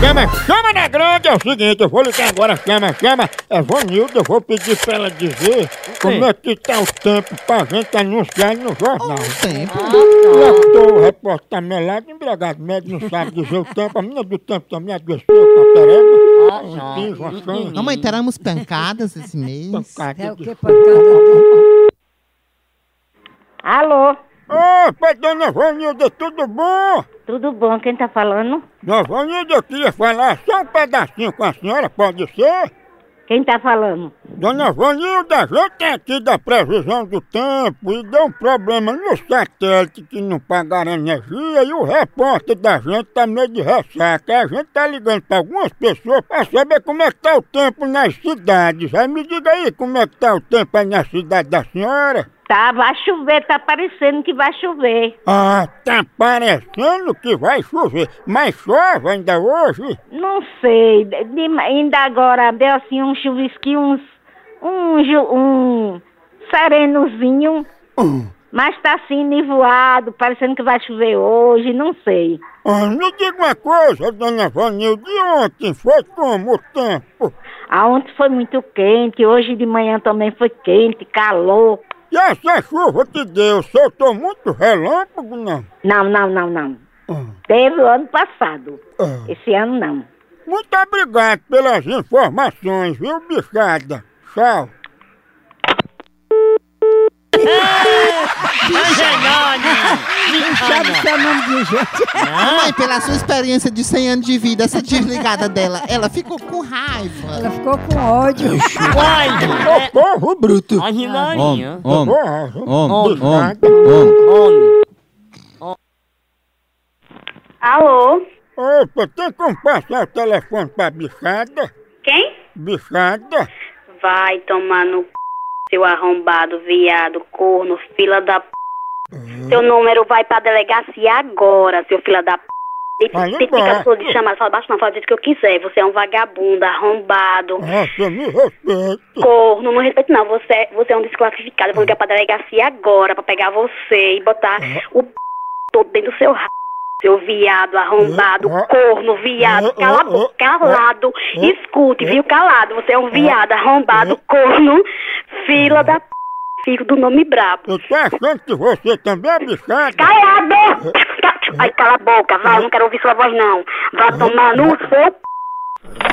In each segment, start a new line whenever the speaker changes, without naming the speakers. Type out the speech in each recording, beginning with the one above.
Chama, chama na grande, é o seguinte, eu vou ligar agora, chama, chama. É Vanilda, eu vou pedir pra ela dizer como é que tá o tempo pra gente anunciar no jornal.
Tempo.
O ator, o repórter tá melado, empregado médio, não sabe dizer o tempo. A menina do tempo também adoeceu tá com a
Ah,
pereba. Um piso, uma sanha.
Mamãe, teremos pancadas esse mês.
Pancada
É o
de-
que pancada?
Alô,
Opa, dona Vanilda, tudo bom?
tudo bom? Quem tá falando?
Dona Vanilda, eu queria falar só um pedacinho com a senhora, pode ser?
Quem tá falando?
Dona Vanilda, a gente é aqui da previsão do tempo e deu um problema no satélite que não pagaram energia e o repórter da gente tá meio de ressaca. A gente tá ligando pra algumas pessoas pra saber como é que tá o tempo nas cidades. Aí me diga aí como é que tá o tempo aí na cidade da senhora.
Tá, vai chover, tá parecendo que vai chover.
Ah, tá parecendo que vai chover, mas chove ainda hoje?
Não sei, de- de- ainda agora deu assim um chuvisquinho, uns, um, ju- um serenozinho, mas tá assim nevoado, parecendo que vai chover hoje, não sei.
Ah, me diga uma coisa, dona Vanilda, de ontem foi como o tempo?
Ah, Ontem foi muito quente, hoje de manhã também foi quente, calor.
E essa chuva que deu, soltou muito relâmpago, né? não?
Não, não, não, não. Teve o ano passado, esse ano não.
Muito obrigado pelas informações, viu, bichada? Tchau.
Sabe o seu nome de gente?
Mamãe, pela sua experiência de 100 anos de vida, essa desligada dela, ela ficou com raiva.
Ela ficou com ódio.
Ô, povo bruto.
Homem, homem,
Porra,
homem, homem,
Bichada.
homem.
Alô?
Opa, tem como passar o telefone pra bichada?
Quem?
Bichada?
Vai tomar no c... seu arrombado, viado, corno, fila da p...
Uhum.
Seu número vai pra delegacia agora, seu fila da p... E
Vai
fica
embora.
todo de chamar, fala baixo, não fala do jeito que eu quiser. Você é um vagabundo, arrombado,
Nossa, me respeita.
corno, não respeito não. Você, é- você é um desclassificado. Eu vou ligar pra delegacia agora pra pegar você e botar
Ah.
o p... todo dentro do seu r... Seu viado, arrombado,
Ah.
corno, viado,
Ah,
cala a
ah,
boca,
ah,
calado,
ah.
escute, viu, calado, você é um viado, arrombado, corno,
Ah.
fila da p... filho do nome brabo.
Eu tô achando que você também é bichada.
Calado!
Ah.
Ca- Ai, cala a boca, vai, não quero ouvir sua voz não. Vai tomar no
Ah.
seu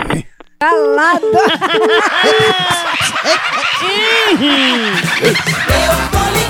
p...
Calado.
Eu tô ligado.